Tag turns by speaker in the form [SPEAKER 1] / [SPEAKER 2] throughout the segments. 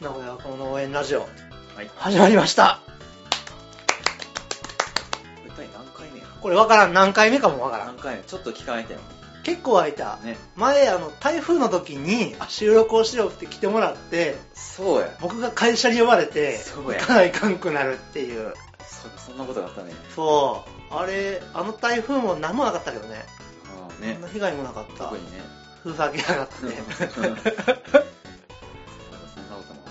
[SPEAKER 1] 名古屋はこの応援ラジオ
[SPEAKER 2] はい
[SPEAKER 1] 始まりました
[SPEAKER 2] 一体何回目や
[SPEAKER 1] これわからん何回目かもわからん
[SPEAKER 2] 何回目ちょっと聞かないたよ
[SPEAKER 1] 結構空いた
[SPEAKER 2] ね
[SPEAKER 1] 前あの台風の時に収録をしようって来てもらって
[SPEAKER 2] そうや
[SPEAKER 1] 僕が会社に呼ばれて
[SPEAKER 2] そう
[SPEAKER 1] 行
[SPEAKER 2] や
[SPEAKER 1] かないかんくなるっていう
[SPEAKER 2] そそんなことがあったね
[SPEAKER 1] そうあれあの台風も何もなかったけどね
[SPEAKER 2] ああ
[SPEAKER 1] 何
[SPEAKER 2] ね
[SPEAKER 1] の被害もなかった
[SPEAKER 2] 特にね
[SPEAKER 1] 封鎖開けなかったね
[SPEAKER 2] そんなこともあり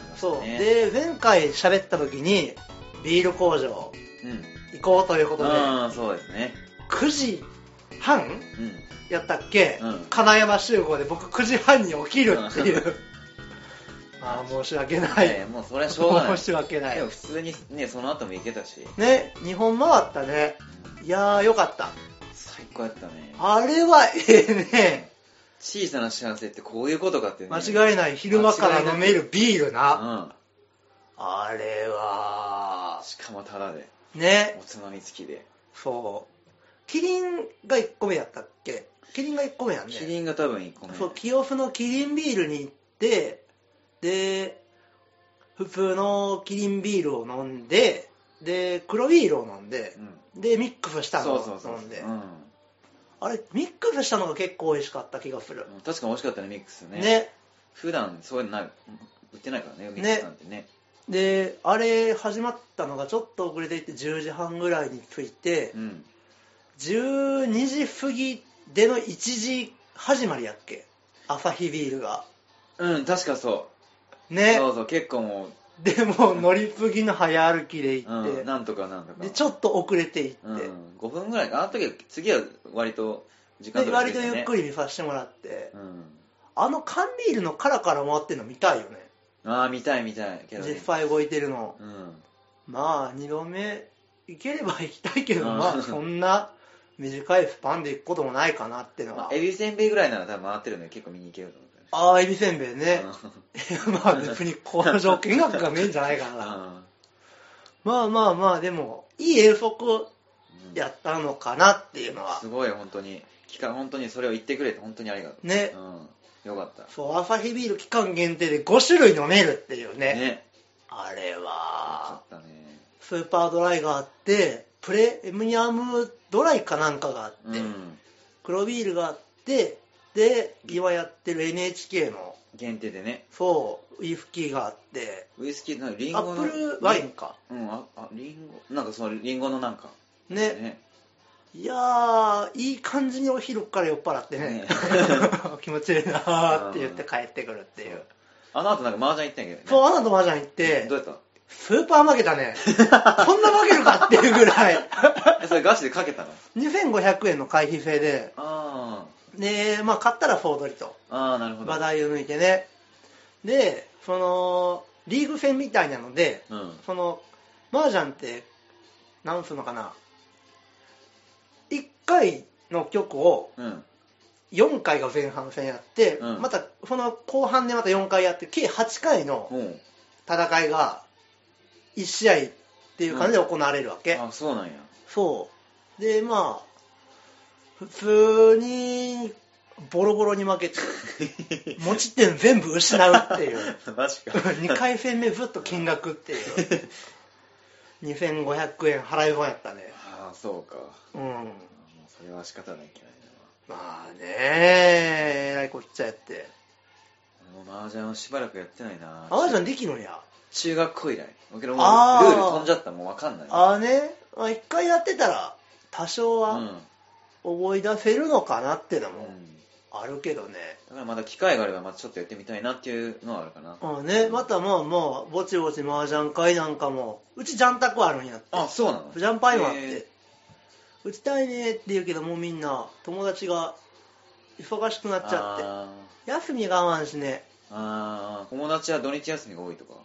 [SPEAKER 2] ました
[SPEAKER 1] そう
[SPEAKER 2] ね
[SPEAKER 1] で前回喋った時にビール工場
[SPEAKER 2] そううん
[SPEAKER 1] 行こうということで
[SPEAKER 2] ああそうですね
[SPEAKER 1] 9時半
[SPEAKER 2] うん
[SPEAKER 1] やったっけ、
[SPEAKER 2] うん
[SPEAKER 1] 金山集合で僕9時半に起きるっていう
[SPEAKER 2] う
[SPEAKER 1] ああ申し訳ない、
[SPEAKER 2] ねもうそれはしょうがない
[SPEAKER 1] 申し訳ない
[SPEAKER 2] でも普通にねその後も行けたし
[SPEAKER 1] ね日本回ったねいやーよかった
[SPEAKER 2] 最高やったね
[SPEAKER 1] あれはええね
[SPEAKER 2] 小さな幸せってこういうことかってね
[SPEAKER 1] 間違いない昼間から飲めるビールな
[SPEAKER 2] うん
[SPEAKER 1] あれは
[SPEAKER 2] しかもタダで
[SPEAKER 1] ね
[SPEAKER 2] おつまみ付きで
[SPEAKER 1] そうキリンが1個目やったっけキリンが1個目やんね
[SPEAKER 2] キリンが多分1個目
[SPEAKER 1] そう清須のキリンビールに行ってで普通のキリンビールを飲んでで黒ビールを飲んで
[SPEAKER 2] うん
[SPEAKER 1] でミックスしたの
[SPEAKER 2] そう
[SPEAKER 1] を
[SPEAKER 2] そうそう
[SPEAKER 1] 飲んで
[SPEAKER 2] うん
[SPEAKER 1] あれミックスしたのが結構美味しかった気がする
[SPEAKER 2] 確かに美味しかったねミックスね
[SPEAKER 1] ね
[SPEAKER 2] 普段そういうのない売ってないからねミックスなんてね
[SPEAKER 1] であれ始まったのがちょっと遅れていって10時半ぐらいに着いて
[SPEAKER 2] うん
[SPEAKER 1] 12時過ぎでの1時始まりやっけ朝日ビールが
[SPEAKER 2] うん確かそ
[SPEAKER 1] ね
[SPEAKER 2] うそうそう結構も
[SPEAKER 1] でも乗り継ぎの早歩きで
[SPEAKER 2] う、
[SPEAKER 1] 行っ
[SPEAKER 2] う
[SPEAKER 1] て
[SPEAKER 2] ん、、なんとかなんとか
[SPEAKER 1] でちょっと遅れて行って、
[SPEAKER 2] うん、5分ぐらいかあの時は次は割と時間
[SPEAKER 1] で割とゆっくり見させてもらって、
[SPEAKER 2] りうん
[SPEAKER 1] あの缶ビールのカラカラ回ってるの見たいよね
[SPEAKER 2] ああ見たい見たいけどね
[SPEAKER 1] 実際動いてるの
[SPEAKER 2] うん
[SPEAKER 1] まあ2度目行ければ行きたいけど、
[SPEAKER 2] うん
[SPEAKER 1] まあそんな短いスパンで行くこともないかなっていうの
[SPEAKER 2] ま
[SPEAKER 1] は
[SPEAKER 2] あ、エビせんべいぐらいなら多分回ってるんで結構見に行けると思う
[SPEAKER 1] ああエビせんべいね、
[SPEAKER 2] うん
[SPEAKER 1] まあ別に工場見学がメインじゃないからな まあまあまあでもいい遠足
[SPEAKER 2] うん
[SPEAKER 1] やったのかなっていうのは
[SPEAKER 2] すごい本当に期間本当にそれを言ってくれて本当にありがとう
[SPEAKER 1] ね
[SPEAKER 2] うんよかった
[SPEAKER 1] そう、アサヒビール期間限定で5種類飲めるっていうね。
[SPEAKER 2] ね
[SPEAKER 1] あれ
[SPEAKER 2] よ
[SPEAKER 1] は
[SPEAKER 2] か、ったね
[SPEAKER 1] スーパードライがあって、プレミアムドライかなんかがあって、
[SPEAKER 2] うん
[SPEAKER 1] 黒ビールがあって、で、今やってる NHK の、
[SPEAKER 2] 限定でね
[SPEAKER 1] そう、ウイスキーがあって、
[SPEAKER 2] ウイスキーのリン
[SPEAKER 1] ア
[SPEAKER 2] ゴの
[SPEAKER 1] ップルワインか。
[SPEAKER 2] うんああリンゴなんかそのリンゴのなんか
[SPEAKER 1] ね。いやー、いい感じにお昼から酔っ払ってね
[SPEAKER 2] ね、
[SPEAKER 1] 気持ちいいなーって言って帰ってくるっていう。
[SPEAKER 2] あの後なんか麻雀行ったんやけどね
[SPEAKER 1] そう、アナとマジャン行って
[SPEAKER 2] ど、うやっ
[SPEAKER 1] スーパー負けたね。 こんな負けるかっていうぐらい。
[SPEAKER 2] たえそれガチでかけたの
[SPEAKER 1] 2500円の会費制で、
[SPEAKER 2] あ
[SPEAKER 1] で、まあ、買ったらフォードリと、
[SPEAKER 2] あああなるほど
[SPEAKER 1] 話題を抜いてね。で、その、リーグ戦みたいなので、
[SPEAKER 2] うん
[SPEAKER 1] その、麻雀って、なんすのかな、1回の曲を
[SPEAKER 2] うん
[SPEAKER 1] 4回が前半戦やって、
[SPEAKER 2] うん
[SPEAKER 1] また、その後半でまた4回やって、計8回の
[SPEAKER 2] うん
[SPEAKER 1] 戦いが、1試合っていう感じで行われるわけ。
[SPEAKER 2] あそうなんや
[SPEAKER 1] そう。で、まあ、普通に、ボロボロに負けて、持ち点全部失うっていう。
[SPEAKER 2] マジ か
[SPEAKER 1] 2回戦目ずっと見学っていう。2500円払い本やったね。
[SPEAKER 2] ああそうか
[SPEAKER 1] うん。
[SPEAKER 2] もうそれは仕方ないけないな
[SPEAKER 1] まあねえ、えらいこっちゃやって。
[SPEAKER 2] もう麻雀をしばらくやってないな
[SPEAKER 1] あーじゃんできるんや。
[SPEAKER 2] 中学校以来けどもう
[SPEAKER 1] あー
[SPEAKER 2] ルール飛んじゃったもう分かんない
[SPEAKER 1] ああね、まあ、1回やってたら、多少
[SPEAKER 2] う
[SPEAKER 1] は
[SPEAKER 2] ん
[SPEAKER 1] 思い出せるのかなっての
[SPEAKER 2] う
[SPEAKER 1] も
[SPEAKER 2] ん
[SPEAKER 1] あるけどね。
[SPEAKER 2] だからまだ機会があればまたちょっとやってみたいなっていうのはあるかな
[SPEAKER 1] ああね、またまあまあ、ぼちぼち麻雀会なんかも、うちジャンタクあるんやって。
[SPEAKER 2] あそうなの
[SPEAKER 1] ジャンパイもあって、
[SPEAKER 2] へえ
[SPEAKER 1] 打ちたいねって言うけど、もうみんな、友達が忙しくなっちゃっ
[SPEAKER 2] あ
[SPEAKER 1] て、休み我慢しね。
[SPEAKER 2] ーあー友達は土日休みが多いとか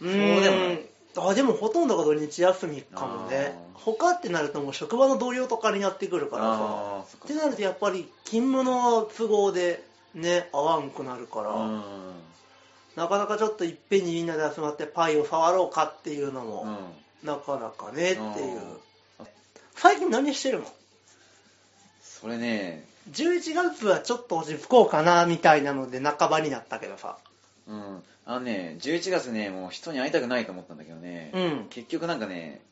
[SPEAKER 1] そう
[SPEAKER 2] でもない
[SPEAKER 1] あでもほとんどが土日休みかもね
[SPEAKER 2] あー
[SPEAKER 1] 他ってなるともう職場の同僚とかになってくるからさ
[SPEAKER 2] ああーそっ
[SPEAKER 1] っ
[SPEAKER 2] か
[SPEAKER 1] てなるとやっぱり勤務の都合でね合わんくなるから、
[SPEAKER 2] う
[SPEAKER 1] なかなかちょっといっぺんにみんなで集まってパイを触ろうかっていうのも、
[SPEAKER 2] んうん
[SPEAKER 1] なかなかねっていう
[SPEAKER 2] あー
[SPEAKER 1] 最近何してるの
[SPEAKER 2] それね
[SPEAKER 1] 11月はちょっと落ち着こうかなみたいなので半ばになったけどさ
[SPEAKER 2] ううん、あのね11月ねもう人に会いたくないと思ったんだけどね、
[SPEAKER 1] うん
[SPEAKER 2] 結局なんかね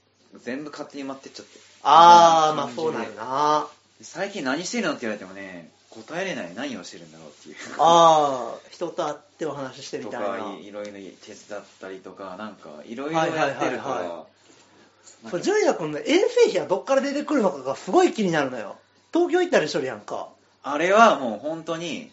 [SPEAKER 2] 全部勝手に埋まってっちゃって
[SPEAKER 1] ああ、まあ
[SPEAKER 2] うん
[SPEAKER 1] そうなんやな。
[SPEAKER 2] 最近何してるのって言われてもね答えれない何をしてるんだろうっていう
[SPEAKER 1] ああ、人と会ってお話ししてみ
[SPEAKER 2] と
[SPEAKER 1] たいな
[SPEAKER 2] か。いいろいろ手伝ったりとかなんかいろいろ
[SPEAKER 1] はいはい
[SPEAKER 2] や
[SPEAKER 1] はい
[SPEAKER 2] ってるから、
[SPEAKER 1] はそうジュリア君の遠征費はどっから出てくるのかがすごい気になるのよ。東京行ったりしとるやんか。
[SPEAKER 2] あれはもう本当に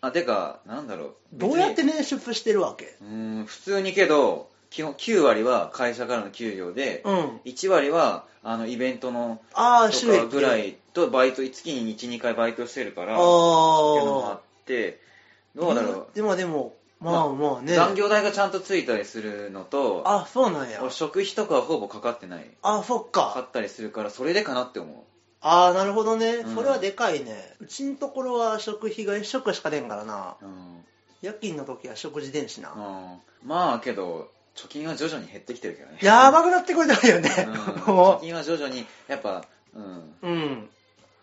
[SPEAKER 2] あてかなんだろう
[SPEAKER 1] どうやって
[SPEAKER 2] ね
[SPEAKER 1] ね、出費してるわけ
[SPEAKER 2] うーん普通にけど基本9割は会社からの給料で、
[SPEAKER 1] うん。
[SPEAKER 2] 1割はあのイベントの
[SPEAKER 1] ああ、
[SPEAKER 2] と
[SPEAKER 1] 収
[SPEAKER 2] か
[SPEAKER 1] 益。
[SPEAKER 2] ぐらいとバイト月に12回バイトしてるから
[SPEAKER 1] あ
[SPEAKER 2] っていうのもあ
[SPEAKER 1] あ。
[SPEAKER 2] ってどうだろ
[SPEAKER 1] でもでも、まあまあ
[SPEAKER 2] う、
[SPEAKER 1] ね。
[SPEAKER 2] 残業代がちゃんとついたりするのと
[SPEAKER 1] あ、そうなんや
[SPEAKER 2] 俺。食費とかはほぼかかってない
[SPEAKER 1] あ、そっ
[SPEAKER 2] かか
[SPEAKER 1] か。
[SPEAKER 2] ったりするからそれでかなって思
[SPEAKER 1] ああ、なるほどね。
[SPEAKER 2] うん
[SPEAKER 1] それはでかいね。うちのところは食費が1食しか出んからな。
[SPEAKER 2] う、うん
[SPEAKER 1] 夜勤の時は食事出んしな。
[SPEAKER 2] うんまあけど貯金は徐々に減ってきてるけどね
[SPEAKER 1] やばくなってくれたよね
[SPEAKER 2] うん、貯
[SPEAKER 1] も
[SPEAKER 2] 金は徐々にやっぱ、うん
[SPEAKER 1] う。うん。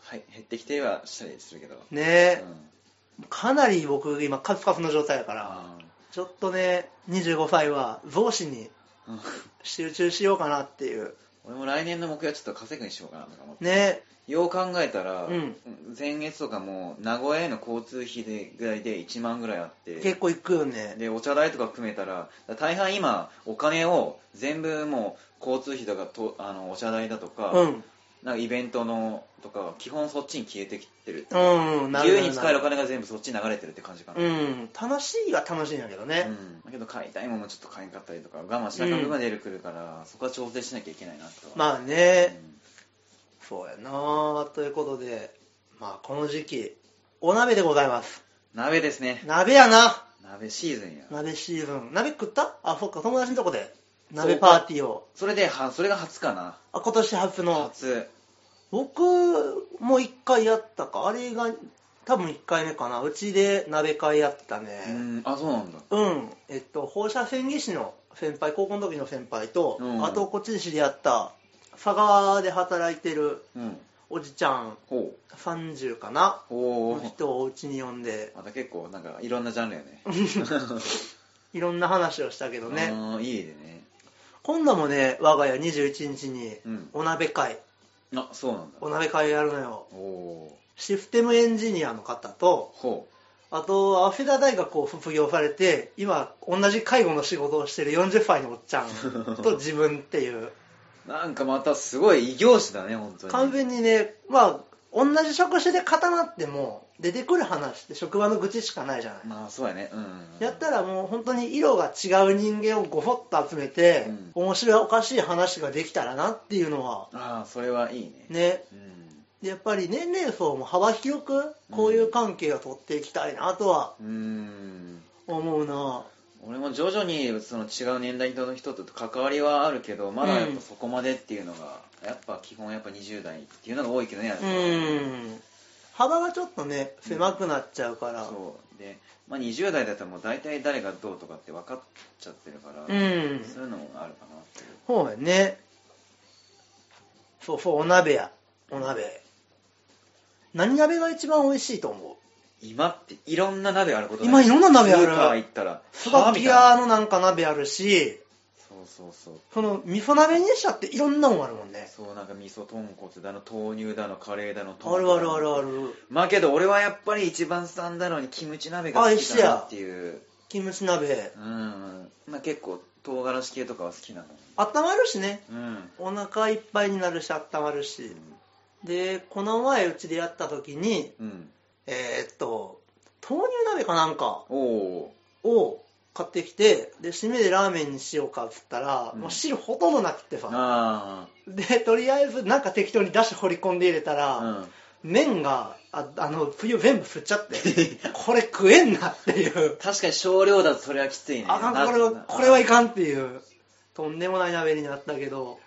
[SPEAKER 2] はい、減ってきてはしたりするけど、
[SPEAKER 1] ねえ、
[SPEAKER 2] うん、
[SPEAKER 1] かなり僕今カフカフの状態やから、
[SPEAKER 2] あ
[SPEAKER 1] ちょっとね、25歳は増資に
[SPEAKER 2] ーうん
[SPEAKER 1] 集中しようかなっていう。
[SPEAKER 2] 俺も来年の目標はちょっと稼ぐにしようかなとか思って
[SPEAKER 1] ね
[SPEAKER 2] よう考えたら、
[SPEAKER 1] うん
[SPEAKER 2] 前月とかもう名古屋への交通費でぐらいで1万ぐらいあっ
[SPEAKER 1] え、
[SPEAKER 2] て
[SPEAKER 1] 結構いくよね。
[SPEAKER 2] でお茶代とか含めたらだから大半今お金を全部もう交通費とかとあのお茶代だとか,、
[SPEAKER 1] うん。
[SPEAKER 2] なんかイベントのとか基本そっちに消えてきてる
[SPEAKER 1] うん、な
[SPEAKER 2] 自
[SPEAKER 1] る
[SPEAKER 2] 由
[SPEAKER 1] ほど。
[SPEAKER 2] に使えるお金が全部そっちに流れてるって感じかな、
[SPEAKER 1] うん、楽しいは楽しいんやけどね。
[SPEAKER 2] うんだけど買いたいものちょっと買えんかったりとか我慢しなきゃ分が出るくるから、そこは調整しなきゃいけないなとは、
[SPEAKER 1] まあ
[SPEAKER 2] う
[SPEAKER 1] ね、
[SPEAKER 2] ん
[SPEAKER 1] そうやなということで、まあこの時期、お鍋でございます。
[SPEAKER 2] 鍋ですね
[SPEAKER 1] 鍋やな
[SPEAKER 2] 鍋シーズンや
[SPEAKER 1] 鍋シーズン。鍋食ったあ、そっか、友達のとこで。鍋パーティーを。
[SPEAKER 2] それではそれが初かな
[SPEAKER 1] あ、今年初の。
[SPEAKER 2] 初
[SPEAKER 1] 僕も一回やったか。あれが、多分一回目かな。うちで鍋会やった
[SPEAKER 2] う
[SPEAKER 1] ね。
[SPEAKER 2] んあそうなんだ
[SPEAKER 1] うん。えっと、放射線技師の先輩、高校の時の先輩と、
[SPEAKER 2] うん
[SPEAKER 1] あとこっちで知り合った、佐川で働いてる
[SPEAKER 2] うん
[SPEAKER 1] おじちゃん
[SPEAKER 2] ほ
[SPEAKER 1] 30かな
[SPEAKER 2] う。ほ
[SPEAKER 1] の
[SPEAKER 2] う
[SPEAKER 1] 人をお家に呼んで、
[SPEAKER 2] また結構なんかいろんなジャンルやね
[SPEAKER 1] いろんな話をしたけど ね。
[SPEAKER 2] うんいいでね
[SPEAKER 1] 今度もね、我が家21日に
[SPEAKER 2] うん
[SPEAKER 1] お鍋会、
[SPEAKER 2] あそうなんだ
[SPEAKER 1] お鍋会やるのよ。
[SPEAKER 2] おお
[SPEAKER 1] システムエンジニアの方と、
[SPEAKER 2] ほ
[SPEAKER 1] あと、早稲田大学を卒業されて、今、同じ介護の仕事をしてる40歳のおっちゃんと自分って いう、
[SPEAKER 2] うなんかまたすごい異業種だね本当に
[SPEAKER 1] 完全にね、まあ、同じ職種で固まっても、出てくる話って職場の愚痴しかないじゃない。
[SPEAKER 2] まあそうやねうん
[SPEAKER 1] やったらもう本当に色が違う人間をごほっと集めて、
[SPEAKER 2] うん
[SPEAKER 1] 面白いおかしい話ができたらなっていうのは、
[SPEAKER 2] ああそれはいいね
[SPEAKER 1] ね、
[SPEAKER 2] うん
[SPEAKER 1] でやっぱり年齢層も幅広く、こういう関係を取っていきたいなとは
[SPEAKER 2] うん
[SPEAKER 1] 思うな。
[SPEAKER 2] 俺も徐々にその違う年代の人と関わりはあるけどまだやっぱそこまでっていうのが、やっぱ基本やっぱ20代っていうのが多いけどねやっぱ
[SPEAKER 1] うん幅がちょっとね狭くなっちゃうから
[SPEAKER 2] そうで、まあ、20代だったらもう大体誰がどうとかって分かっちゃってるから、
[SPEAKER 1] うん
[SPEAKER 2] そういうのもあるかなっていう
[SPEAKER 1] そうやねそうそうお鍋やお鍋何鍋が一番美味しいと思う
[SPEAKER 2] 今っていろんな鍋あることだ
[SPEAKER 1] 今いろんな鍋ある
[SPEAKER 2] スーパー行ったら
[SPEAKER 1] ス
[SPEAKER 2] はぁ
[SPEAKER 1] パ
[SPEAKER 2] み
[SPEAKER 1] ピ
[SPEAKER 2] たいな
[SPEAKER 1] アのなんか鍋あるし
[SPEAKER 2] そうそうそう
[SPEAKER 1] その味噌鍋にしたっていろんなもんあるもんね
[SPEAKER 2] そうなんか味噌豚骨だの豆乳だのカレーだの
[SPEAKER 1] あるあるあるあ
[SPEAKER 2] る
[SPEAKER 1] る
[SPEAKER 2] まあけど俺はやっぱり一番スタンダードにキムチ鍋が好きだなっていう
[SPEAKER 1] キムチ鍋
[SPEAKER 2] うんまあ結構唐辛子系とかは好きなの
[SPEAKER 1] 温まるしね
[SPEAKER 2] うん
[SPEAKER 1] お腹いっぱいになるし温まるしでこの前うちでやった時に
[SPEAKER 2] うん
[SPEAKER 1] えーっと豆乳鍋かなんか
[SPEAKER 2] おお
[SPEAKER 1] を買ってきてで締めでラーメンにしようかっつったら、
[SPEAKER 2] うん
[SPEAKER 1] もう汁ほとんどなくてさ
[SPEAKER 2] あ
[SPEAKER 1] でとりあえずなんか適当に出汁掘り込んで入れた
[SPEAKER 2] あ
[SPEAKER 1] ら、
[SPEAKER 2] うん
[SPEAKER 1] 麺がああの冬全部振っちゃ ってこれ食えんなっていう
[SPEAKER 2] 確かに少量だとそれはきついね
[SPEAKER 1] あかんこれはこれはいかんっていうとんでもない鍋になったけど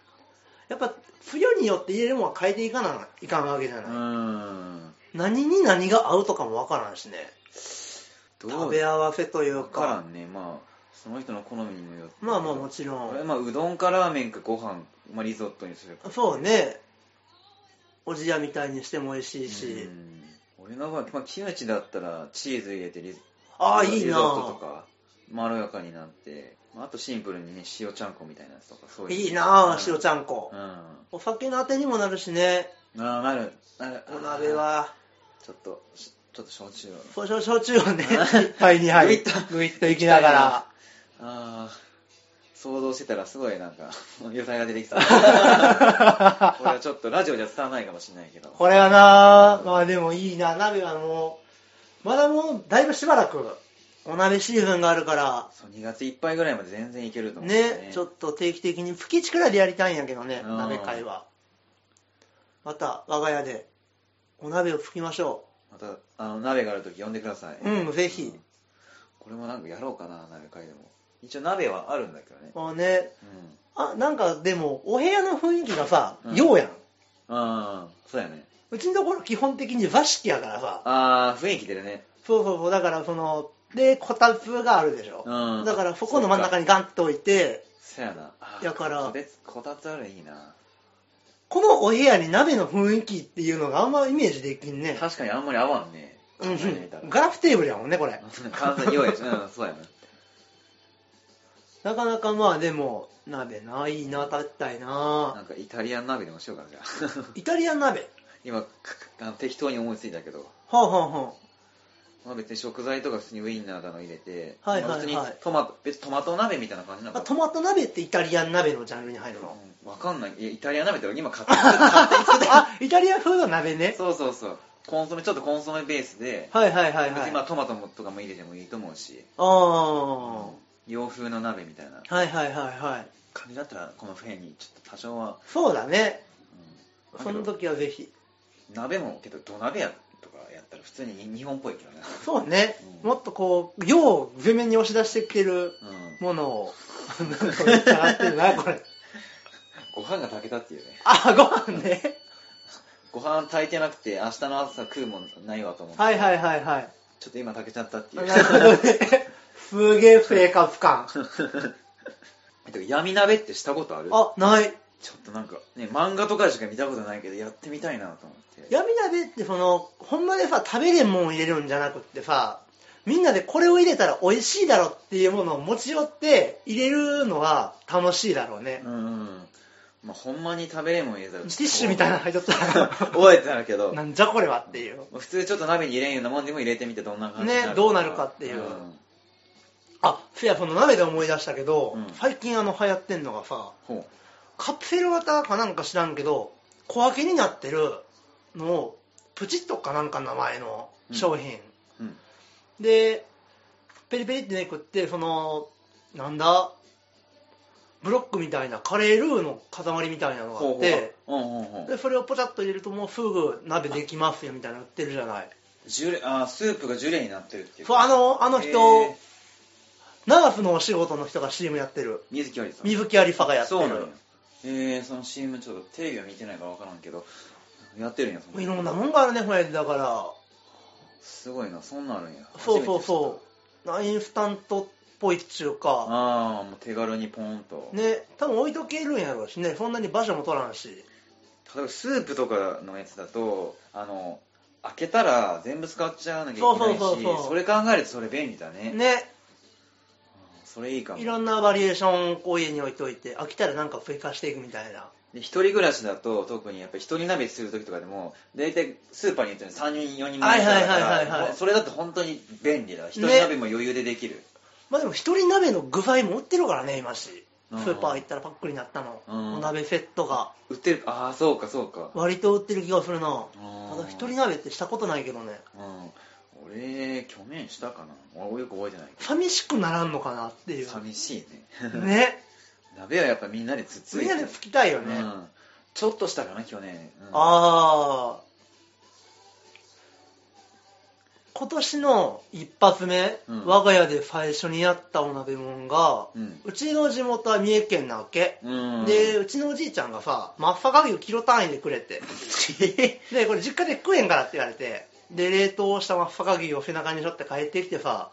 [SPEAKER 1] やっぱ冬によって入れるものは変えていかないかんわけじゃ
[SPEAKER 2] う
[SPEAKER 1] ない、
[SPEAKER 2] ん
[SPEAKER 1] 何に何が合うとかもわからんしね
[SPEAKER 2] どう
[SPEAKER 1] 食べ合わせという
[SPEAKER 2] わから
[SPEAKER 1] か
[SPEAKER 2] んねまあその人の好みにもよって
[SPEAKER 1] まあまあもちろん
[SPEAKER 2] 俺はまあうどんかラーメンかご飯、まあ、リゾットにするか
[SPEAKER 1] そうねおじやみたいにしても美味しいし、
[SPEAKER 2] うん俺の場合、まあ、キムチだったらチーズ入れてリ
[SPEAKER 1] ああいい
[SPEAKER 2] リゾットと
[SPEAKER 1] な
[SPEAKER 2] かまろやかになって、まあ、あとシンプルにね塩ちゃんこみたいなやつとかそういう
[SPEAKER 1] いいな
[SPEAKER 2] うん
[SPEAKER 1] あ塩ちゃんこ
[SPEAKER 2] うんあ
[SPEAKER 1] お酒のあてにもなるしね
[SPEAKER 2] あなるなる
[SPEAKER 1] お鍋は
[SPEAKER 2] ちょっとしちょっと焼酎を
[SPEAKER 1] そうそう焼酎をね一杯二杯
[SPEAKER 2] グイッと
[SPEAKER 1] グイッといきながら
[SPEAKER 2] ああ想像してたらすごいなんか 余罪が出て きたこれはちょっとラジオじゃ伝わらないかもしれないけど
[SPEAKER 1] これはなあまあでもいいな鍋はもうまだもうだいぶしばらくお鍋シーズンがあるから
[SPEAKER 2] そう2月いっぱいぐらいまで全然いけると思うんだよ
[SPEAKER 1] ねちょっと定期的に月1くらいでやりたいんやけどね
[SPEAKER 2] うん
[SPEAKER 1] 鍋会はまた我が家でお鍋を吹きましょ
[SPEAKER 2] またあの鍋がある時呼んでください
[SPEAKER 1] うんぜひ
[SPEAKER 2] これもなんかやろうかな鍋会でも一応鍋はあるんだけどね
[SPEAKER 1] うもうね
[SPEAKER 2] うん
[SPEAKER 1] あなんかでもお部屋の雰囲気がさ
[SPEAKER 2] うん
[SPEAKER 1] 洋やん
[SPEAKER 2] ああそうやね
[SPEAKER 1] うちのところ基本的に和式やからさ
[SPEAKER 2] ああ雰囲気出るね
[SPEAKER 1] そうそうそうだからそのでこたつがあるでしょ
[SPEAKER 2] うん
[SPEAKER 1] だからそこの真ん中
[SPEAKER 2] に
[SPEAKER 1] にガンと置いて
[SPEAKER 2] そうやなあー
[SPEAKER 1] やから
[SPEAKER 2] こてつこたつあるいいな
[SPEAKER 1] このお部屋に鍋の雰囲気っていうのがあんまイメージできんね
[SPEAKER 2] 確かにあんまり合わんね
[SPEAKER 1] う
[SPEAKER 2] 考えてみ
[SPEAKER 1] ん
[SPEAKER 2] たら
[SPEAKER 1] ガラフテーブルやもんねこれ
[SPEAKER 2] 完全に弱いしうんそうやな
[SPEAKER 1] なかなかまあでも鍋ないいな食べたいな
[SPEAKER 2] なんかイタリアン鍋でもしようかなじゃあ
[SPEAKER 1] イタリアン鍋
[SPEAKER 2] 今かかあの適当に思いついたけど、
[SPEAKER 1] はあはあは
[SPEAKER 2] まあ、別に食材とか普通にウインナーだの入れて、
[SPEAKER 1] はいはいはい
[SPEAKER 2] まあ普通にトマト別にトマト鍋みたいな感じなの
[SPEAKER 1] ああ
[SPEAKER 2] か
[SPEAKER 1] トマト鍋ってイタリアン鍋のジャンルに入るの
[SPEAKER 2] うんわかんないいやイタリアン鍋って俺今買って勝手に 作っ
[SPEAKER 1] あイタリア風の鍋
[SPEAKER 2] て
[SPEAKER 1] ね
[SPEAKER 2] そうそうそうコンソメちょっとコンソメベースで、
[SPEAKER 1] はいはいはい
[SPEAKER 2] 別
[SPEAKER 1] はい
[SPEAKER 2] にまあトマトもとかも入れてもいいと思うし、
[SPEAKER 1] ああ
[SPEAKER 2] 洋風の鍋みたいな
[SPEAKER 1] はいはいはいはい
[SPEAKER 2] 感じだったらこのフェにちょっと多少は、
[SPEAKER 1] そうだね
[SPEAKER 2] うん
[SPEAKER 1] その
[SPEAKER 2] だけ
[SPEAKER 1] 時
[SPEAKER 2] ど
[SPEAKER 1] はぜひ
[SPEAKER 2] 鍋もけど土鍋やとかやったら普通に日本っぽいけど ね
[SPEAKER 1] そうね、
[SPEAKER 2] うん
[SPEAKER 1] もっとこう用を前面に押し出してきてる
[SPEAKER 2] うん
[SPEAKER 1] ものをなんかめっちゃ合ってるなこれ
[SPEAKER 2] ご飯が炊けたっていうね
[SPEAKER 1] あご飯ね
[SPEAKER 2] ご飯炊いてなくて明日の朝食うもんないわと思って、
[SPEAKER 1] はいはいはいはい
[SPEAKER 2] ちょっと今炊けちゃったっていう
[SPEAKER 1] なるほど ねすげえ生活感
[SPEAKER 2] てか闇鍋ってしたことある
[SPEAKER 1] あない
[SPEAKER 2] ちょっとなんかね漫画とかでしか見たことないけどやってみたいなと思って
[SPEAKER 1] 闇鍋ってそのほんまでさ食べれんもん入れるんじゃなくってさみんなでこれを入れたら美味しいだろっていうものを持ち寄って入れるのは楽しいだろうね、
[SPEAKER 2] うんうんまあほんまに食べれんもん入れたら
[SPEAKER 1] ティッシュみたいなの入っとったら
[SPEAKER 2] 覚えてなるけど
[SPEAKER 1] なんじゃこれはっていう
[SPEAKER 2] 普通ちょっと鍋に入れんようなもんでも入れてみてどんな感じになる
[SPEAKER 1] ねどうなるかっていうんあそういやその鍋で思い出したけど、
[SPEAKER 2] うん
[SPEAKER 1] 最近あの流行ってんのがさ
[SPEAKER 2] ほ
[SPEAKER 1] カプセル型かなんか知らんけど小分けになってるのをプチッとかなんか名前の商品、
[SPEAKER 2] ううん
[SPEAKER 1] でペリペリってねくってそのなんだブロックみたいなカレールーの塊みたいなのがあ
[SPEAKER 2] ほうほう
[SPEAKER 1] って
[SPEAKER 2] うんうんうん
[SPEAKER 1] でそれをポチャッと入れるともうすぐ鍋できますよみたいなの売ってるじゃない
[SPEAKER 2] ジュレあースープがジュレになってるっていう
[SPEAKER 1] そうあのあの人、
[SPEAKER 2] へー
[SPEAKER 1] 長瀬のお仕事の人が CM やってる
[SPEAKER 2] 水木有りさん
[SPEAKER 1] 水木有沙がやって
[SPEAKER 2] そうなんや
[SPEAKER 1] る
[SPEAKER 2] えー、その CM ちょっとテレビは見てないから分からんけどやってるんやそ
[SPEAKER 1] いろん
[SPEAKER 2] な
[SPEAKER 1] なもんがあるねこれだから
[SPEAKER 2] すごいなそんなんあるんや
[SPEAKER 1] そうそう
[SPEAKER 2] 初めて知っ
[SPEAKER 1] そうなインスタントっぽいっちゅう
[SPEAKER 2] た
[SPEAKER 1] か
[SPEAKER 2] ああもう手軽にポンと、
[SPEAKER 1] ね多分置いとけるんやろうしねそんなに場所も取らんし
[SPEAKER 2] 例えばスープとかのやつだとあの開けたら全部使っちゃわなきゃいけないし
[SPEAKER 1] そうそうそうそう
[SPEAKER 2] それ考えるとそれ便利だね
[SPEAKER 1] ね
[SPEAKER 2] それいいかも
[SPEAKER 1] いろんなバリエーションをこう家に置いといて飽きたらなんか追加していくみたいな
[SPEAKER 2] で一人暮らしだと特にやっぱ一人鍋する時とかでも大体スーパーに行ってるの3人4人前とかだか
[SPEAKER 1] はいはいはいはいはい
[SPEAKER 2] らそれだと本当に便利だ一人鍋も余裕でできる、
[SPEAKER 1] まあでも一人鍋の具材も売ってるからね今しス
[SPEAKER 2] うん
[SPEAKER 1] ーパー行ったらパックになったの
[SPEAKER 2] うん
[SPEAKER 1] お鍋セットが
[SPEAKER 2] 売ってるああそうかそうか
[SPEAKER 1] 割と売ってる気がするな
[SPEAKER 2] あ
[SPEAKER 1] ただ一人鍋ってしたことないけどね
[SPEAKER 2] うん、俺去年したかな俺よく覚えてない
[SPEAKER 1] 寂しくならんのかなっていう
[SPEAKER 2] 寂しいね
[SPEAKER 1] ね
[SPEAKER 2] 鍋はやっぱみんなでつっついて
[SPEAKER 1] みんなでつきたいよ
[SPEAKER 2] う
[SPEAKER 1] ね、あ
[SPEAKER 2] ん、ちょっとしたかな去年、うん、
[SPEAKER 1] あー今年の一発目、
[SPEAKER 2] うん
[SPEAKER 1] 我が家で最初にやったお鍋もんが、
[SPEAKER 2] うん、
[SPEAKER 1] うちの地元は三重県なわけ、
[SPEAKER 2] うん、
[SPEAKER 1] でうちのおじいちゃんがさマッサガキをキロ単位でくれ てでこれ実家で食えんからって言われてで冷凍したマッサガキを背中に背負って帰ってきてさ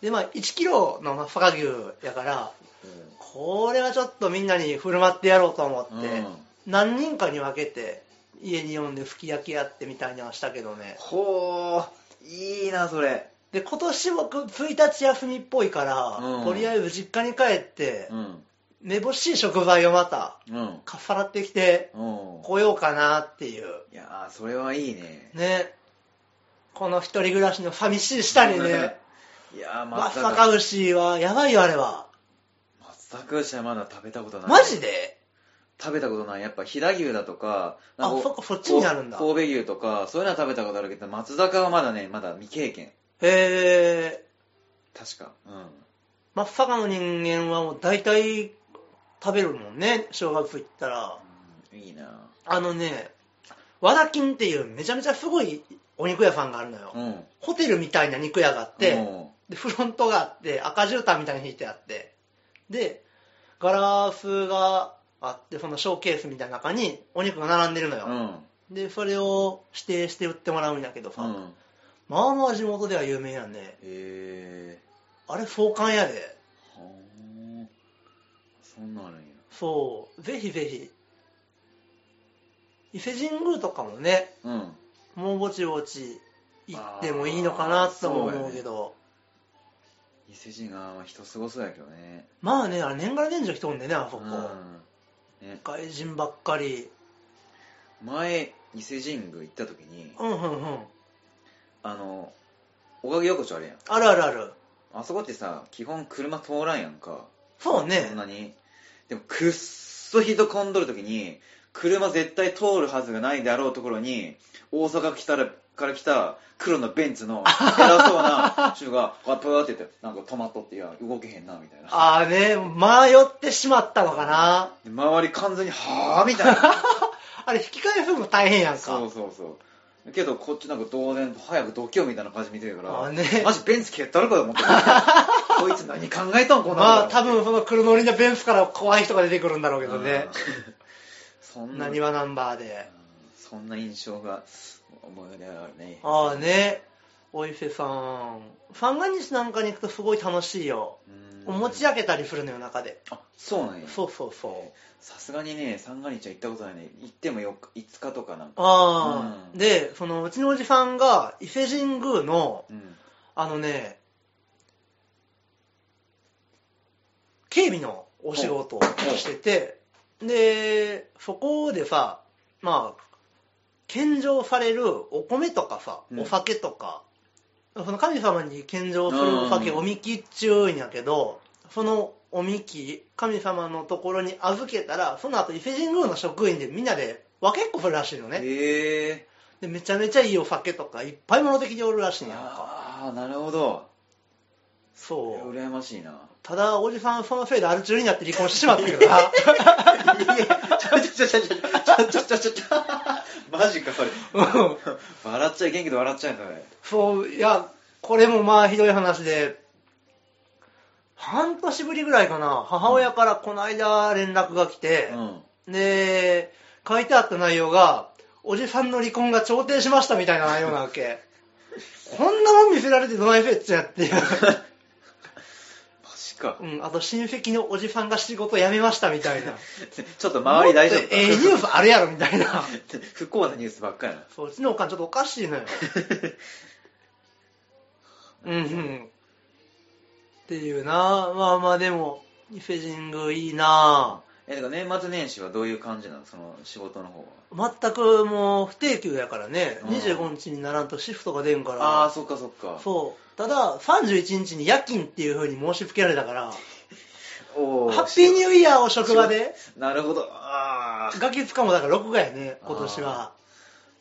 [SPEAKER 1] でまあ1キロのマッサガキやから
[SPEAKER 2] うん
[SPEAKER 1] これはちょっとみんなに振る舞ってやろうと思って、
[SPEAKER 2] うん
[SPEAKER 1] 何人かに分けて家に呼んで吹き焼きやってみたいにはしたけどね
[SPEAKER 2] ほういいなそれ
[SPEAKER 1] で今年僕1日休みっぽいから、
[SPEAKER 2] うん
[SPEAKER 1] とりあえず実家に帰って、
[SPEAKER 2] うん
[SPEAKER 1] めぼしい食材をまた
[SPEAKER 2] うん
[SPEAKER 1] かっさらってきて
[SPEAKER 2] うん
[SPEAKER 1] こようかなっていう
[SPEAKER 2] いやーそれはいいね
[SPEAKER 1] ねこの一人暮らしの寂しい下にね
[SPEAKER 2] いやー
[SPEAKER 1] 松阪
[SPEAKER 2] 松阪
[SPEAKER 1] 牛はやばいよあれは
[SPEAKER 2] 松阪牛はまだ食べたことない
[SPEAKER 1] マジで
[SPEAKER 2] 食べたことないやっぱ飛騨牛だとかなん
[SPEAKER 1] あ
[SPEAKER 2] か
[SPEAKER 1] そっかそっちになるんだ
[SPEAKER 2] こ神戸牛とかそういうのは食べたことあるけど松阪はまだねまだ未経験
[SPEAKER 1] えー、
[SPEAKER 2] 確かう
[SPEAKER 1] 松阪の人間はもう大体食べるもんね小学校行ったら
[SPEAKER 2] ん、うん、いいな
[SPEAKER 1] あのね和田金っていうめちゃめちゃすごいお肉屋さんがあるのよ、
[SPEAKER 2] うん
[SPEAKER 1] ホテルみたいな肉屋があって、
[SPEAKER 2] うん
[SPEAKER 1] でフロントがあって赤絨毯みたいに引いてあってでガラスがあってそのショーケースみたいな中にお肉が並んでるの
[SPEAKER 2] う
[SPEAKER 1] よ、
[SPEAKER 2] ん
[SPEAKER 1] でそれを指定して売ってもらうんだけどさ、
[SPEAKER 2] うん
[SPEAKER 1] まあまあ地元では有名やね
[SPEAKER 2] へえ
[SPEAKER 1] あれ創刊やで
[SPEAKER 2] ー、はーそんなんあるんや
[SPEAKER 1] そうぜひぜひ伊勢神宮とかもね
[SPEAKER 2] うん
[SPEAKER 1] もうぼちぼち行ってもいいのかなとも思うけど
[SPEAKER 2] 伊勢神宮は人すごそうやけどね
[SPEAKER 1] まあねあれ年がら年中人おんでねあそこ、
[SPEAKER 2] うんね、
[SPEAKER 1] 外人ばっかり
[SPEAKER 2] 前伊勢神宮行った時に
[SPEAKER 1] うんうんうん
[SPEAKER 2] あのおかげ横丁あるやん
[SPEAKER 1] あるあるある
[SPEAKER 2] あそこってさ基本車通らんやんか
[SPEAKER 1] そうね
[SPEAKER 2] そんなにでもくっそ人混んどる時に車絶対通るはずがないであろうところに大阪来たらから来た黒のベンツの偉そうな人がわっぷー って言ってなんか止まっとっていや動けへんなみたいな
[SPEAKER 1] ああね迷ってしまったのかな
[SPEAKER 2] で周り完全にはあみ たいな
[SPEAKER 1] あれ引き返すのも大変やん
[SPEAKER 2] そ
[SPEAKER 1] か
[SPEAKER 2] うそうそうけどこっちなんか同然と早くどけよみたいな感じ見てるから
[SPEAKER 1] あね
[SPEAKER 2] マジベンツ蹴ったるかと思 ってこいつ何考えたんこんな
[SPEAKER 1] まあ多
[SPEAKER 2] 分
[SPEAKER 1] 分その黒乗りのベンツから怖い人が出てくるんだろうけどね
[SPEAKER 2] そんな
[SPEAKER 1] なにわナンバーで
[SPEAKER 2] そんな印象が思い出があるね。
[SPEAKER 1] ああねお伊勢さん三が日なんかに行くとすごい楽しいよ
[SPEAKER 2] うん
[SPEAKER 1] お持ち上げたりするのよ中で
[SPEAKER 2] あ、そうなんや。
[SPEAKER 1] そうそうそう
[SPEAKER 2] さすがにね、三が日は行ったことないね。行ってもよ日、5日とかなんか。
[SPEAKER 1] ああ、
[SPEAKER 2] うん
[SPEAKER 1] でそのうちのおじさんが伊勢神宮の
[SPEAKER 2] うん。
[SPEAKER 1] あのね、警備のお仕事をしてて、で、そこでさ、まあ、献上されるお米とかさ、
[SPEAKER 2] うん
[SPEAKER 1] お酒とか、その神様に献上するお酒、
[SPEAKER 2] うん
[SPEAKER 1] おみきっちゅうんやけど、そのおみき、神様のところに預けたら、その後伊勢神宮の職員でみんなで分けっこするらしいのね。
[SPEAKER 2] へえ
[SPEAKER 1] で、めちゃめちゃいいお酒とか、いっぱい物的におるらしいんやんか。
[SPEAKER 2] ああ、なるほど。い
[SPEAKER 1] そう
[SPEAKER 2] や。羨ましいな。
[SPEAKER 1] ただおじさんそのせいでアル中になって離婚してしまったけ どな
[SPEAKER 2] ちょちょちょちょちょちょちょちょちょ。 マジか、 それ。
[SPEAKER 1] うん
[SPEAKER 2] 笑っちゃい、元気で笑っちゃい、それ。
[SPEAKER 1] そういやこれもまあひどい話で半年ぶりぐらいかな母親からこの間連絡が来て
[SPEAKER 2] う、ん。
[SPEAKER 1] で書いてあった内容がおじさんの離婚が調停しましたみたいな内容なわ けこんなもん見せられてどないフェッチやっていう、
[SPEAKER 2] マジか。
[SPEAKER 1] うん、あと親戚のおじさんが仕事辞めましたみたいな
[SPEAKER 2] ちょっと周り大丈
[SPEAKER 1] もっ
[SPEAKER 2] 夫
[SPEAKER 1] とええニュースあるやろみたいな
[SPEAKER 2] 不幸なニュースばっかりな。
[SPEAKER 1] そううちのおかんちょっとおかしいのよ うんうん。っていうなまあまあでも、伊勢神宮いいな
[SPEAKER 2] え、だから年末年始はどういう感じなのその仕事の方は。
[SPEAKER 1] 全くもう不定休やからね、
[SPEAKER 2] うん
[SPEAKER 1] 25日にならんとシフトが出んか
[SPEAKER 2] ああー、
[SPEAKER 1] ら、
[SPEAKER 2] そっかそっか。
[SPEAKER 1] そう。ただ、31日に夜勤っていう風に申し付けられたから、
[SPEAKER 2] お
[SPEAKER 1] ハッピーニューイヤーを職場で、
[SPEAKER 2] なるほど。ああ。
[SPEAKER 1] ガキつかもだから6月やね、今年は。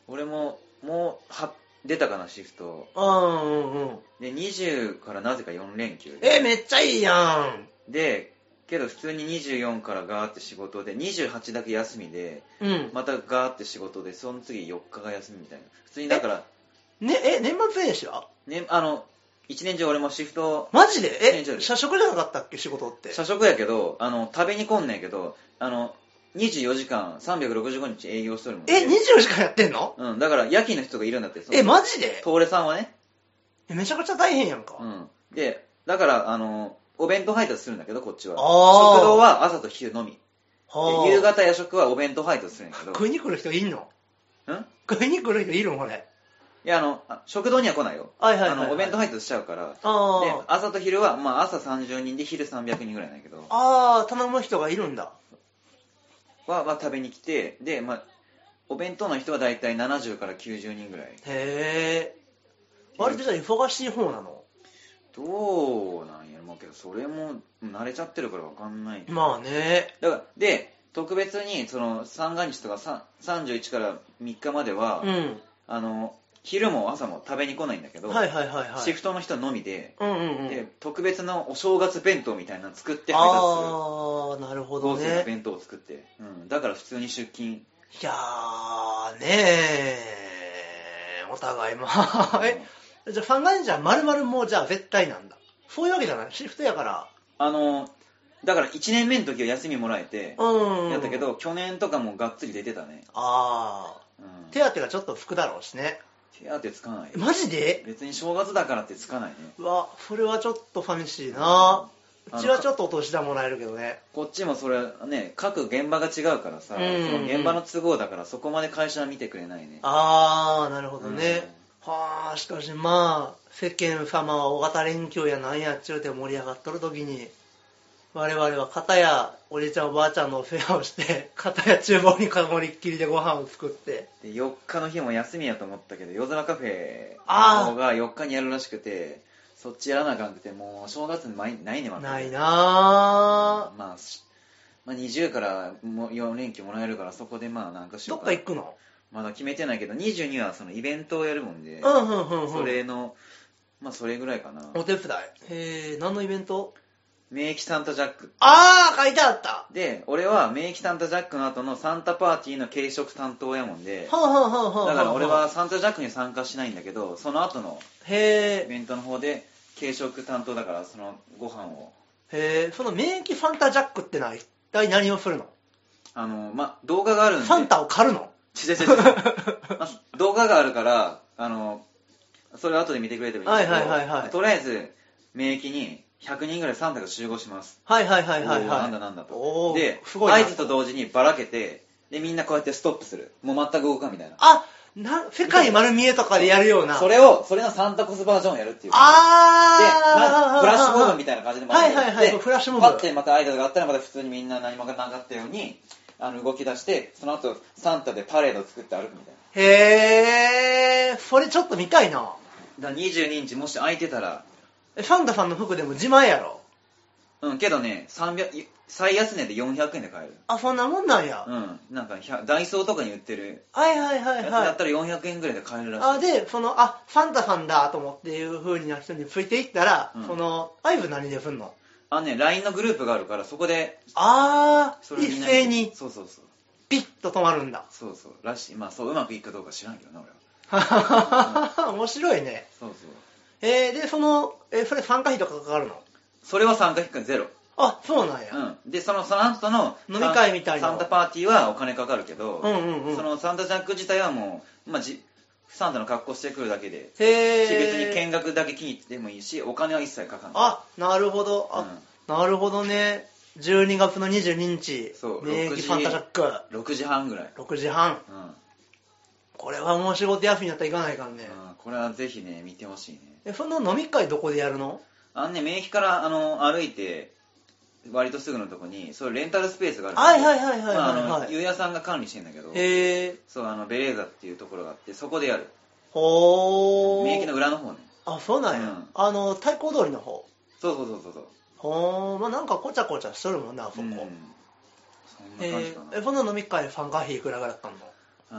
[SPEAKER 2] 俺も、もう、は、出たかな、シフト。
[SPEAKER 1] うんうんうん。
[SPEAKER 2] で、20からなぜか4連休で。
[SPEAKER 1] え、めっちゃいいやん。
[SPEAKER 2] で、けど普通に24からガーって仕事で、28だけ休みで、
[SPEAKER 1] うん。
[SPEAKER 2] またガーって仕事で、その次4日が休みみたいな。普通にだから、
[SPEAKER 1] ね、え、年末年始は
[SPEAKER 2] ね、あの、一年中俺もシフト、
[SPEAKER 1] マジで
[SPEAKER 2] 年中
[SPEAKER 1] え、
[SPEAKER 2] です
[SPEAKER 1] 社食じゃなかったっけ仕事って。
[SPEAKER 2] 社食やけど、あの、食べに来んねんけど、あの、24時間365日営業しとるもんね。
[SPEAKER 1] え、24時間やってんの
[SPEAKER 2] うん、だから夜勤の人がいるんだって。その
[SPEAKER 1] え、マジで
[SPEAKER 2] 東レさんはね。
[SPEAKER 1] えめちゃくちゃ大変やんか。
[SPEAKER 2] うん。で、だから、あの、お弁当配達するんだけど、こっちは。
[SPEAKER 1] あ
[SPEAKER 2] 食
[SPEAKER 1] ー
[SPEAKER 2] 堂は朝と昼のみ。
[SPEAKER 1] はあ
[SPEAKER 2] で夕方夜食はお弁当配達するんやけど。
[SPEAKER 1] 食いに来る人いんの
[SPEAKER 2] ん
[SPEAKER 1] 食いに来る人いるんこれ。
[SPEAKER 2] いや、あの、あ食堂には来ないよ。
[SPEAKER 1] はいはいはいはい
[SPEAKER 2] あの、お弁当配達しちゃうから。で、
[SPEAKER 1] あー
[SPEAKER 2] 朝と昼は、まあ朝30人で昼300人ぐらいなんだけど、
[SPEAKER 1] ああ頼む人がいるんだ
[SPEAKER 2] は、まあ食べに来て、で、まあ、お弁当の人は大体70から90人ぐらい。
[SPEAKER 1] へえ割とじゃあ忙しい方なの
[SPEAKER 2] どうなんやろ、まあけど、それも慣れちゃってるからわかんないけど
[SPEAKER 1] まあね
[SPEAKER 2] だから、で、特別に、その、三が日とかさ31から3日までは、
[SPEAKER 1] うん
[SPEAKER 2] あの、昼も朝も食べに来ないんだけど、
[SPEAKER 1] はいはいはいはい
[SPEAKER 2] シフトの人のみで、
[SPEAKER 1] うんうんうん
[SPEAKER 2] で、特別のお正月弁当みたいなの作って配達する。
[SPEAKER 1] ああなるほ
[SPEAKER 2] ど
[SPEAKER 1] ど
[SPEAKER 2] うする
[SPEAKER 1] ね
[SPEAKER 2] 弁当を作って。うん。だから普通に出勤。
[SPEAKER 1] いやーねえお互いまあ えじゃあファンガンジャーまるまるもうじゃあ絶対なんだそういうわけじゃないシフトやから
[SPEAKER 2] あの、だから1年目の時は休みもらえて、
[SPEAKER 1] うん
[SPEAKER 2] やったけど、去年とかもがっつり出てたね。
[SPEAKER 1] ああ
[SPEAKER 2] うん。
[SPEAKER 1] 手当てがちょっと服だろうしね
[SPEAKER 2] 手当てつかない。
[SPEAKER 1] マジで
[SPEAKER 2] 別に正月だからってつかないね。
[SPEAKER 1] うわそれはちょっと寂しいな
[SPEAKER 2] あ
[SPEAKER 1] う
[SPEAKER 2] の
[SPEAKER 1] ちはちょっとお年玉もらえるけどね
[SPEAKER 2] こっちもそれね、各現場が違うからさ、
[SPEAKER 1] うんうんうん
[SPEAKER 2] その現場の都合だからそこまで会社は見てくれないね。
[SPEAKER 1] ああなるほどね、はあしかしまあ世間様は大型連休やなんやっちゅうて盛り上がっとる時に我々は片やおじいちゃんおばあちゃんのお世話をして片や厨房にかもりっきりでご飯を作って
[SPEAKER 2] で4日の日も休みやと思ったけど夜空カフェ
[SPEAKER 1] あー
[SPEAKER 2] の方が4日にやるらしくてそっちやらなあかんくてもう正月にないないねまた
[SPEAKER 1] ないなあ
[SPEAKER 2] まあ、しまあ、20からも4連休もらえるからそこでまあなんかしよ
[SPEAKER 1] ど
[SPEAKER 2] う
[SPEAKER 1] っ
[SPEAKER 2] か
[SPEAKER 1] か行くの
[SPEAKER 2] まだ決めてないけど22はそのイベントをやるもんで、
[SPEAKER 1] うんうんうんうん
[SPEAKER 2] それのまあそれぐらいかな
[SPEAKER 1] お手伝いへえ何のイベント
[SPEAKER 2] 名駅サンタジャック
[SPEAKER 1] ああ書いてあった
[SPEAKER 2] で俺は名駅サンタジャックの後のサンタパーティーの軽食担当やもんで
[SPEAKER 1] はあはあはあはあ
[SPEAKER 2] だから俺はサンタジャックに参加しないんだけどその後のイ
[SPEAKER 1] へえ
[SPEAKER 2] ベントの方で軽食担当だからそのご飯を
[SPEAKER 1] へえその免疫ファンタジャックってのは一体何をするの
[SPEAKER 2] あのま動画があるんで
[SPEAKER 1] ファンタを狩るの
[SPEAKER 2] 違う違う違う、ま動画があるからあのそれ後で見てくれてもいいんですけど、
[SPEAKER 1] はいはいはいはい
[SPEAKER 2] とりあえず免疫に100人ぐらいサンタが集合します
[SPEAKER 1] はいはいはいはい
[SPEAKER 2] おー
[SPEAKER 1] はい
[SPEAKER 2] なんだなんだ
[SPEAKER 1] おー
[SPEAKER 2] とです
[SPEAKER 1] ごいな
[SPEAKER 2] 合図と同時にばらけてでみんなこうやってストップするもう全く動かんみたいな
[SPEAKER 1] あな世界丸見えとかでやるような
[SPEAKER 2] それをそれのサンタコスバージョンをやるっていうで
[SPEAKER 1] あ
[SPEAKER 2] な
[SPEAKER 1] あ
[SPEAKER 2] フラッシュモーブみ
[SPEAKER 1] い
[SPEAKER 2] たいな感じで
[SPEAKER 1] はいはいはい
[SPEAKER 2] で
[SPEAKER 1] フラッシュモブ
[SPEAKER 2] パッてまたアイドルがあったらまた普通にみんな何もなかったようにあの動き出してその後サンタでパレードを作って歩くみたい
[SPEAKER 1] なへえそれちょっと見たいな
[SPEAKER 2] なだから22日もし空いてたら
[SPEAKER 1] えサンタさんの服でも自前やろ
[SPEAKER 2] うんけどね300最安値で400円で買える
[SPEAKER 1] あそんなもんなんや、
[SPEAKER 2] うんなんか100ダイソーとかに売ってる
[SPEAKER 1] はいはいは
[SPEAKER 2] やつ
[SPEAKER 1] いは
[SPEAKER 2] だっ
[SPEAKER 1] い
[SPEAKER 2] たら400円ぐらいで買えるらしい
[SPEAKER 1] あでそのあサンタさんだと思っていう風な人についていったら、
[SPEAKER 2] うん
[SPEAKER 1] その合図何ですんの
[SPEAKER 2] あのね LINE のグループがあるからそこで
[SPEAKER 1] あ
[SPEAKER 2] そ
[SPEAKER 1] あ
[SPEAKER 2] れを
[SPEAKER 1] 一
[SPEAKER 2] みんな
[SPEAKER 1] 斉に
[SPEAKER 2] そうそうそう
[SPEAKER 1] ピッと止まるんだ
[SPEAKER 2] そうそうらしいまあそううまくいくかどうか知らんけどな俺 は
[SPEAKER 1] 面白いね
[SPEAKER 2] そうそう
[SPEAKER 1] えー、でそのえそれ参加費とかかかるの
[SPEAKER 2] それは参加費がゼロ
[SPEAKER 1] あそうなんや、
[SPEAKER 2] うん、でそのその後の
[SPEAKER 1] 飲み会みたいな
[SPEAKER 2] サンタパーティーはお金かかるけど、
[SPEAKER 1] うんうんうん
[SPEAKER 2] そのサンタジャック自体はもう、まあ、じサンタの格好してくるだけで、
[SPEAKER 1] へえ
[SPEAKER 2] 別に見学だけ気に入ってもいいしお金は一切かかんない
[SPEAKER 1] あなるほどあ、なるほどね12月の22日
[SPEAKER 2] そう
[SPEAKER 1] 免
[SPEAKER 2] 6
[SPEAKER 1] 疫
[SPEAKER 2] 時
[SPEAKER 1] ファンタジャック
[SPEAKER 2] 6時半ぐらい、
[SPEAKER 1] 6時半
[SPEAKER 2] うん
[SPEAKER 1] これはもう仕事休みになったら行かないからね、
[SPEAKER 2] うんこれはぜひね見てほしいね
[SPEAKER 1] えその飲み会どこでやるの
[SPEAKER 2] あのね名駅からあの歩いて割とすぐのとこにそういうレンタルスペースがある
[SPEAKER 1] はいはいはいはい
[SPEAKER 2] まああの
[SPEAKER 1] はいはい
[SPEAKER 2] ゆうやさんが管理してんだけど
[SPEAKER 1] へえ
[SPEAKER 2] そうあのベレーザっていうところがあってそこでやる
[SPEAKER 1] ほ
[SPEAKER 2] 名駅
[SPEAKER 1] ー
[SPEAKER 2] の裏の方ね
[SPEAKER 1] あそうなんや、
[SPEAKER 2] うん
[SPEAKER 1] あの太鼓通りの方
[SPEAKER 2] そうそうそうそうそう
[SPEAKER 1] ほーまあなんかこちゃこちゃしとるもんなあそこ、
[SPEAKER 2] うん、そんな感じ
[SPEAKER 1] え
[SPEAKER 2] かな、
[SPEAKER 1] えその飲み会参加費いくらぐらいだったの、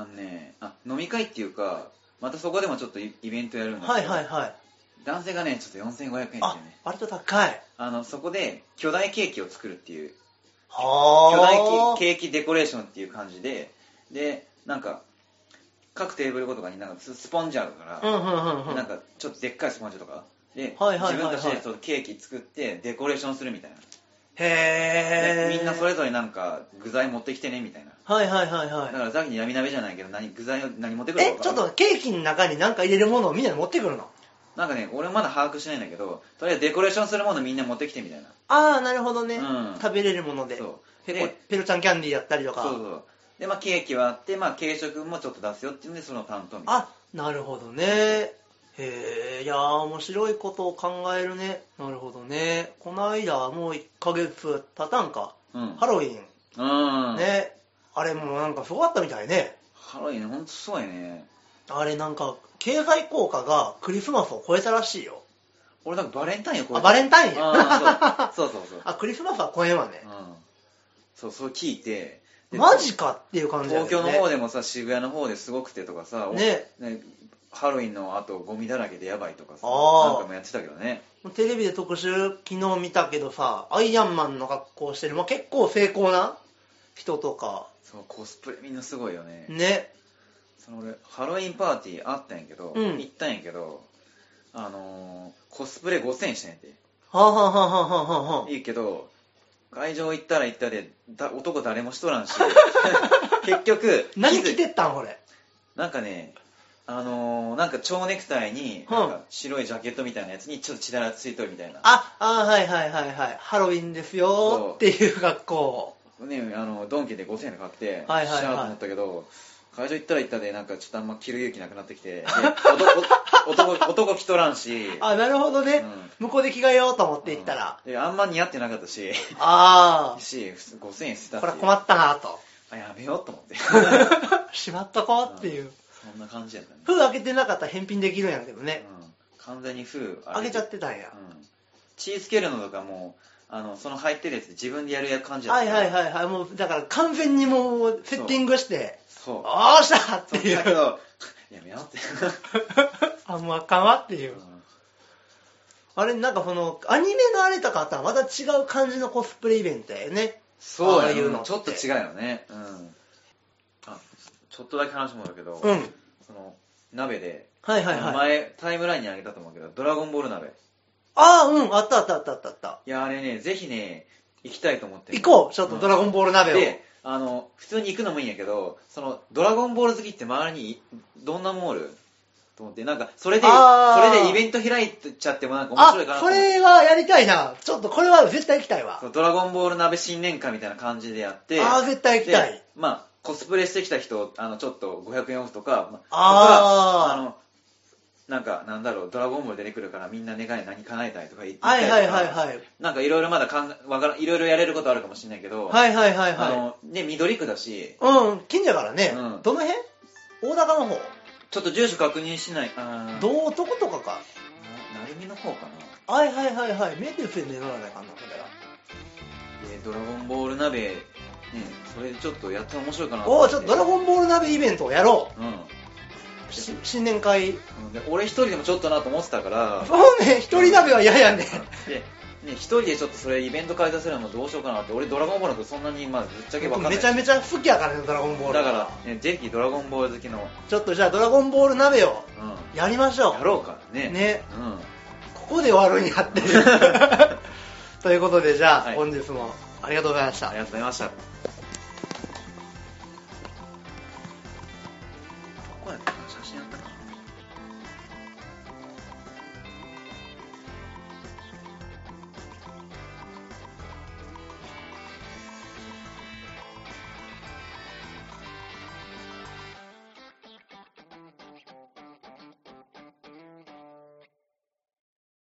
[SPEAKER 2] あのねあ飲み会っていうかまたそこでもちょっとイイベントやるんだ
[SPEAKER 1] は
[SPEAKER 2] け
[SPEAKER 1] い
[SPEAKER 2] ど、
[SPEAKER 1] はいはい
[SPEAKER 2] 男性がねちょっと4500円っていうね
[SPEAKER 1] あ
[SPEAKER 2] あ
[SPEAKER 1] 割と高い
[SPEAKER 2] のそこで巨大ケーキを作るっていう巨
[SPEAKER 1] は
[SPEAKER 2] 大ケーキデコレーションっていう感じででなんか各テーブルごとかになんかススポンジあるから、
[SPEAKER 1] うんうんうんうん
[SPEAKER 2] なんかちょっとでっかいスポンジとかで、
[SPEAKER 1] はいはいはいはい
[SPEAKER 2] 自分たちでそのケーキ作ってデコレーションするみたいな、
[SPEAKER 1] へえ
[SPEAKER 2] でみんなそれぞれなんか具材持ってきてねみたいな
[SPEAKER 1] はいはいはいはい
[SPEAKER 2] だからさっきに闇鍋じゃないけど何具材を何持ってくるか
[SPEAKER 1] え
[SPEAKER 2] 分か
[SPEAKER 1] ちょ
[SPEAKER 2] ら
[SPEAKER 1] っ
[SPEAKER 2] ない
[SPEAKER 1] とケーキの中に何か入れるものをみんなで持ってくるの
[SPEAKER 2] なんかね俺まだ把握してないんだけどとりあえずデコレーションするものみんな持ってきてみたいな
[SPEAKER 1] ああなるほどね、
[SPEAKER 2] うん
[SPEAKER 1] 食べれるもので
[SPEAKER 2] そう
[SPEAKER 1] ペコ
[SPEAKER 2] で
[SPEAKER 1] ペロちゃんキャンディーやったりとか
[SPEAKER 2] そうそうで、まあ、ケーキはあって、まあ、軽食もちょっと出すよっていうんで、その担当みたいな。
[SPEAKER 1] あなるほどねへえいやー面白いことを考えるねなるほどねこの間もう1ヶ月経たんか、
[SPEAKER 2] うん
[SPEAKER 1] ハロウィン
[SPEAKER 2] うん。
[SPEAKER 1] ねあれもなんかすごかったみたいね
[SPEAKER 2] ハロウィンね、ほんとすごいね。
[SPEAKER 1] あれなんか経済効果がクリスマスを超えたらしいよ
[SPEAKER 2] 俺なんかバレンタインを
[SPEAKER 1] あバレンタインや
[SPEAKER 2] や。そうそうそうそう。
[SPEAKER 1] あクリスマスは超えんわね
[SPEAKER 2] うん。そう、そう聞いて。で
[SPEAKER 1] マジかっていう感じだよ
[SPEAKER 2] 東
[SPEAKER 1] ね
[SPEAKER 2] 京の方でもさ、渋谷の方ですごくてとかさ、お
[SPEAKER 1] ねハ
[SPEAKER 2] ハロウィンの後ゴミだらけでやばいとかさ、
[SPEAKER 1] あー
[SPEAKER 2] なんかもやってたけどね。
[SPEAKER 1] テレビで特集昨日見たけどさアイアンマンの格好してる、まあ、結構成功な人とか
[SPEAKER 2] そう、コスプレみんなすごいよね。
[SPEAKER 1] ね
[SPEAKER 2] その俺、ハロウィンパーティーあったんやけど、
[SPEAKER 1] うん
[SPEAKER 2] 行ったんやけど、あのー、コスプレ5000円してんやて。
[SPEAKER 1] はあ、はあはあはあはあはい
[SPEAKER 2] いけど、会場行ったら行ったで、だ男誰もしと らんし、結局、
[SPEAKER 1] あ、何
[SPEAKER 2] 気づ
[SPEAKER 1] 着てったんこれ
[SPEAKER 2] なんかね、あのー、なんか蝶ネクタイに、
[SPEAKER 1] うん
[SPEAKER 2] なんか白いジャケットみたいなやつにちょっと血だらついとるみたいな。
[SPEAKER 1] ああはいはいはいはいハロウィンですよっていう格好
[SPEAKER 2] ね、あの、ドンキで5000円で買って、
[SPEAKER 1] はいはいはい
[SPEAKER 2] しゃーと思ったけど、会場行ったら行ったで、なんかちょっとあんま着る勇気なくなって きて、で男、男、男着とらんし、
[SPEAKER 1] あなるほどね、向こうで着替えようと思って行ったら、
[SPEAKER 2] うんであんま似合ってなかったし、
[SPEAKER 1] あ
[SPEAKER 2] し、普通5000円捨てた
[SPEAKER 1] あ
[SPEAKER 2] っ
[SPEAKER 1] こ
[SPEAKER 2] てい
[SPEAKER 1] れ
[SPEAKER 2] う
[SPEAKER 1] 困ったな と
[SPEAKER 2] あ、やめようと 思って。
[SPEAKER 1] しまったこっていう
[SPEAKER 2] そんな感じやったね。
[SPEAKER 1] 封開けてなかったら返品できるんやけどね
[SPEAKER 2] うん完全に封
[SPEAKER 1] 開けちゃ
[SPEAKER 2] て
[SPEAKER 1] ってたんや
[SPEAKER 2] うん血つけるのとかもうあのその入ってるやつ自分でやる感じだっ
[SPEAKER 1] は
[SPEAKER 2] た
[SPEAKER 1] い
[SPEAKER 2] から
[SPEAKER 1] はいはいはいもうだから完全にもうセッティングして
[SPEAKER 2] そう
[SPEAKER 1] あーしたってい
[SPEAKER 2] だけ
[SPEAKER 1] う
[SPEAKER 2] どやめようって
[SPEAKER 1] あもうあかんわっていううんあれなんかそのアニメのあれとかあったらまた違う感じのコスプレイベントやよね
[SPEAKER 2] そう
[SPEAKER 1] ああ
[SPEAKER 2] や
[SPEAKER 1] いうの
[SPEAKER 2] うんちょっと違うよねうんあちょっとだけ話もあるけど、
[SPEAKER 1] うん
[SPEAKER 2] その鍋で、
[SPEAKER 1] はいはいはい
[SPEAKER 2] 前タイムラインにあげたと思うけどドラゴンボール鍋
[SPEAKER 1] ああうんあったあったあったあったあった
[SPEAKER 2] いやあれねぜひね行きたいと思ってる
[SPEAKER 1] 行こうちょっとドラゴンボール鍋を、
[SPEAKER 2] であの普通に行くのもいいんやけどそのドラゴンボール好きって周りにどんなモールと思ってなんかそれで
[SPEAKER 1] あ
[SPEAKER 2] そ
[SPEAKER 1] ー
[SPEAKER 2] れでイベント開いちゃってもなんか面
[SPEAKER 1] あ
[SPEAKER 2] 白いかなと
[SPEAKER 1] そ
[SPEAKER 2] 思って
[SPEAKER 1] れはやりたいなちょっとこれは絶対行きたいわ
[SPEAKER 2] そのドラゴンボール鍋新年会みたいな感じでやって
[SPEAKER 1] あー絶対行きたい
[SPEAKER 2] でまあコスプレしてきた人あのちょっと500円オフとかま
[SPEAKER 1] あー
[SPEAKER 2] とかあのなんかなんだろうドラゴンボール出てくるからみんな願い何叶えたいとか言って
[SPEAKER 1] はいはいはいはい
[SPEAKER 2] なんかいろいろまだ考えわからんいろいろやれることあるかもしれないけど、
[SPEAKER 1] はいはいはい
[SPEAKER 2] あ
[SPEAKER 1] は
[SPEAKER 2] のね緑区だし
[SPEAKER 1] いうん近所やからね、
[SPEAKER 2] うん
[SPEAKER 1] どの辺大高の方
[SPEAKER 2] ちょっと住所確認しない。あー
[SPEAKER 1] 道男とかか
[SPEAKER 2] ななるみの方かな。
[SPEAKER 1] はいはいはいはい目で線で乗らないかなこれは
[SPEAKER 2] で、ドラゴンボール鍋、ね、それでちょっとやって面白いかな
[SPEAKER 1] おおちょっとドラ
[SPEAKER 2] ン
[SPEAKER 1] ゴンボール鍋イベントをやろ
[SPEAKER 2] う
[SPEAKER 1] うし新年会
[SPEAKER 2] ん。で俺一人でもちょっとなと思ってたから、
[SPEAKER 1] そうね一人鍋は嫌やね
[SPEAKER 2] で、ね、一人でちょっとそれイベント開催するのもどうしようかなって、俺ドラゴンボールのことそんなにまあぶっちゃけわかんない。
[SPEAKER 1] めちゃめちゃ好きやからねドラゴンボール
[SPEAKER 2] だから、ね、ぜひドラゴンボール好きの、
[SPEAKER 1] ちょっとじゃあドラゴンボール鍋を
[SPEAKER 2] う。
[SPEAKER 1] やりましょうん
[SPEAKER 2] やろうかね。
[SPEAKER 1] ね
[SPEAKER 2] うん。
[SPEAKER 1] ここで終わるにや ってるということでじゃあ、
[SPEAKER 2] はい
[SPEAKER 1] 本日もありがとうございました
[SPEAKER 2] ありがとうございました。